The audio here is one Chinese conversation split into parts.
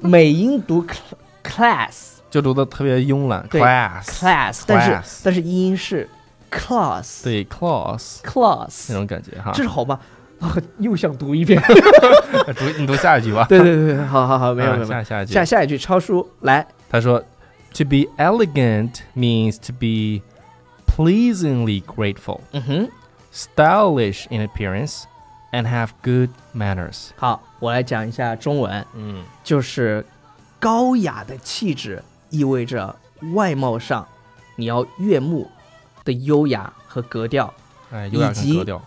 美音读 cl- class。就读的特别慵懒。对 class， class，但 class 是但是音是 class，对 class ，class，那种感觉哈这。是好吧？啊，又想读一遍。读 你读下一句 吧。对对对对，好好好，没有啊没有没下下有。一句下下一句，超叔来他说，To be elegant means to be pleasingly grateful, 嗯哼， stylish in appearance, and have good manners。好，我来讲一下中文，嗯，就是高雅的气质意味着外貌上你要悦目的优雅和格调，哎，有点以及格调。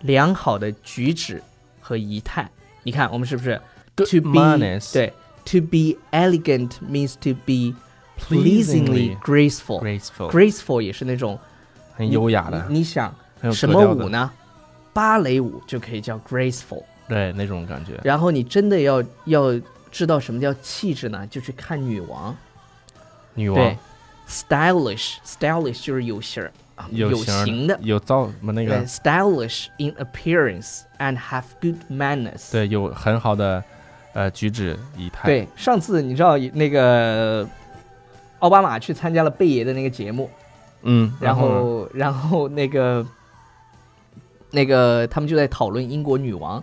良好的举止和仪态。你看，我们是不是 Good to be manners 对 to be elegant means to be pleasingly graceful。 graceful， graceful 也是那种很优雅的，你你想很有嗯什格么调舞的，呢？芭蕾舞就可以叫 graceful。对那种感觉。然后你真的要要知道什么叫气质呢？就去看女王。女王对，stylish stylish 就是有型儿，啊有型儿型的。有造什么那对个，stylish in appearance and have good manners。对有很好的呃举止仪态。对，上次你知道那个奥巴马去参加了贝爷的那个节目，嗯，然后后然后那个那个他们就在讨论英国女王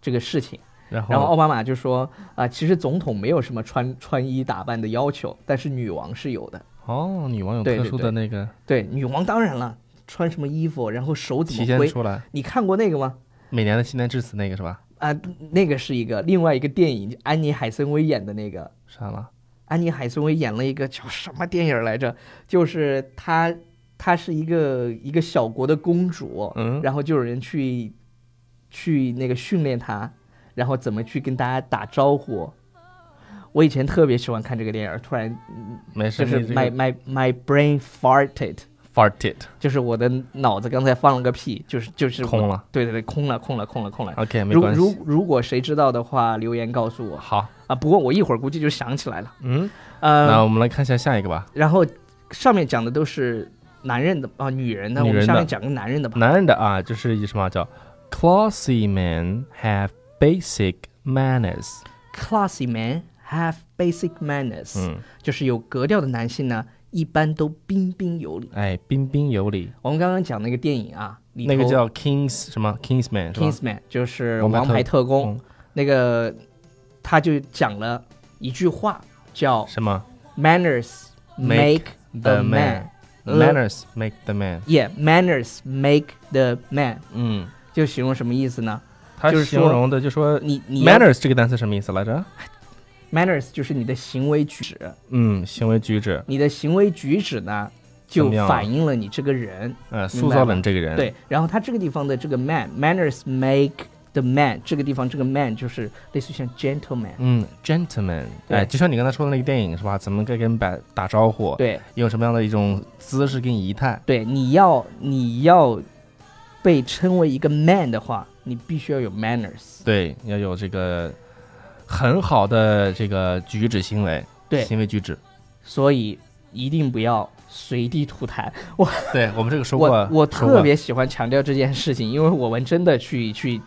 这个事情，然后然后奥巴马就说啊、其实总统没有什么穿穿衣打扮的要求，但是女王是有的。哦，女王有对特对殊的那个对，女王当然了，穿什么衣服，然后手怎体么现挥，出来。你看过那个吗？每年的新年致辞那个是吧？啊、那个是一个另外一个电影，安妮海瑟薇演的那个，删了。安妮海瑟薇演了一个叫什么电影来着？就是她，她是一个一个小国的公主，嗯然后就有人去去那个训练她，然后怎么去跟大家打招呼。我以前特别喜欢看这个电影，突然没事，就是你这个 my my my brain farted， farted 就是我的脑子刚才放了个屁，就是就是我空了。对对对，空了空了空了空了。 OK，没如关如系。如果谁知道的话，留言告诉我好，啊。不过我一会儿估计就想起来了。嗯，呃，那我们来看一下下一个吧。然后上面讲的都是男人的啊、女人的，女我们人下的面讲个男人的吧。男人的啊，就是以什么叫 classy men have basic manners。 Classy men have basic manners，、嗯，就是有格调的男性呢，一般都彬彬有礼。哎，彬彬有礼。我们刚刚讲那个电影啊，里头那个叫 kings 什么 kingsman 是吧 Kingsman，就是《王牌王牌特特工》嗯那个他就讲了一句话，叫什么 “Manners Make make the the man man”。 manners make the man。 Yeah, manners make the man，嗯，就形容什么意思呢？他就是形说容的就说你你要 manners 这个单词什么意思来着？ manners 就是你的行为举止，嗯，行为举止，你的行为举止呢，怎就么样啊反映了你这个人。呃，明白塑造了了你这个人。，对，然后他这个地方的这个 man manners make the man，这个地方这个 man 就是类似于像 gentleman，、嗯，gentleman，对哎，就像你刚才说的那个电影是吧？怎么该跟打打招呼？，对用什么样的一种姿势跟仪态？对，你要你要被称为一个 man 的话，你必须要有 manners。对，要有这个很好的这个举止行为，对行为举止。所以一定不要随地吐痰。我对我们这个说过我，我说过特别喜欢强调这件事情，因为我们真的去去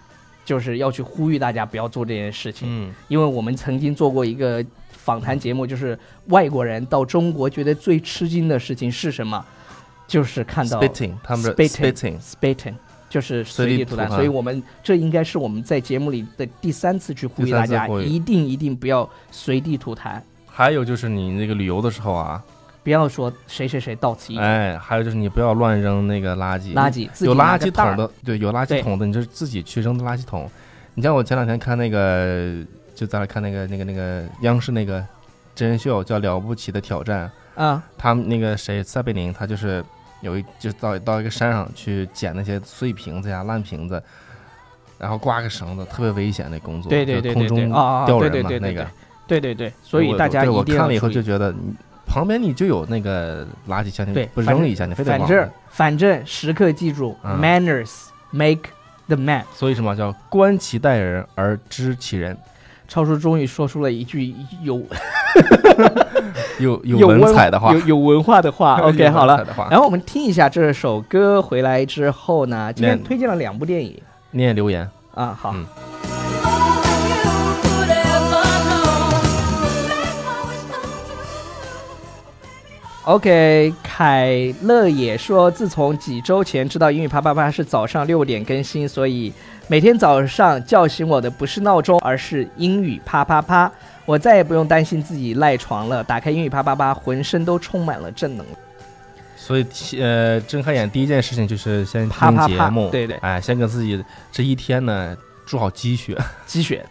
就是要去呼吁大家不要做这件事情。嗯因为我们曾经做过一个访谈节目，就是外国人到中国觉得最吃惊的事情是什么？就是看到，spitting，他们的 spitting spitting， spitting，就是随地随地吐吐痰痰。所以我们这应该是我们在节目里的第三次去呼吁大第三家次呼，吁一定一定不要随地吐痰，还有就是你那个旅游的时候啊，不要说谁谁谁到此一举，哎，还有就是你不要乱扔那个垃圾，嗯垃圾自己有拿垃个圾袋桶儿，的，对，有垃圾对桶的，你就是自己去扔垃圾桶。你像我前两天看那个，就咱俩看那个那个那个央视那个真人秀叫《了不起的挑战》，啊，他们那个谁撒贝宁，他就是有一就是到到一个山上去捡那些碎瓶子呀、烂瓶子，然后挂个绳子，特别危险的工作，对对就对是空对对，中啊啊，吊对人对嘛对那对对个。对对对，所以我大家对一我定看要了以后注就意觉得你旁边你就有那个垃圾箱，你对不反扔正一下，你非得反往正反正时刻记住嗯 manners make the man。所以什么叫观其待人而知其人，超叔终于说出了一句有有有文采的话有。有文化的话。OK， 有好文了采，的话，然后我们听一下这首歌回来之后呢，今天那推荐了两部电影念留言，啊，好，嗯嗯。 OK，凯乐也说，自从几周前知道英语啪啪啪是早上六点更新，所以每天早上叫醒我的不是闹钟，而是英语啪啪啪。我再也不用担心自己赖床了，打开英语啪啪啪，浑身都充满了正能量。所以呃，睁开眼第一件事情就是先啪听啪节啪目，对对哎，先给自己这一天呢注好积雪， 积雪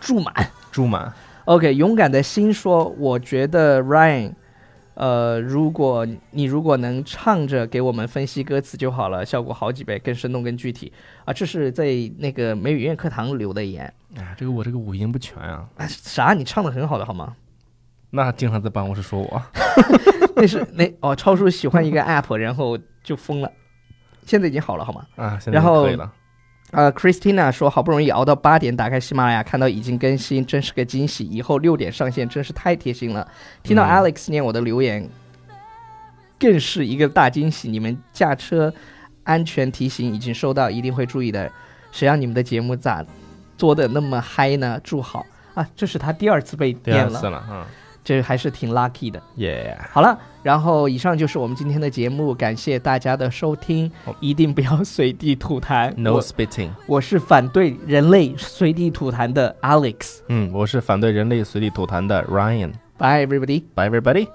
注满。注满。 OK，勇敢的心说，我觉得 Ryan，呃，如果你如果能唱着给我们分析歌词就好了，效果好几倍，更生动、更具体啊！这是在那个美语音乐课堂留的言。哎，这个我这个五音不全啊，啊啥？你唱的很好的好吗？那经常在办公室说我，那是那哦，超叔喜欢一个 app，然后就疯了。现在已经好了好吗？啊，现在然后可以了。呃，Christina 说，好不容易熬到八点，打开喜马拉雅，看到已经更新，真是个惊喜。以后六点上线，真是太贴心了。听到嗯 Alex 念我的留言，更是一个大惊喜。你们驾车安全提醒已经收到，一定会注意的。谁让你们的节目咋做的那么嗨呢？祝好啊！这是他第二次被第念二次了，了，嗯，这还是挺 lucky 的。耶，好了，然后以上就是我们今天的节目，感谢大家的收听好，一定不要 随地吐痰。 No 我 spitting。我是反对人类随地吐痰的 Alex。嗯，我是反对人类随地吐痰的 Ryan。 Bye everybody. Bye everybody.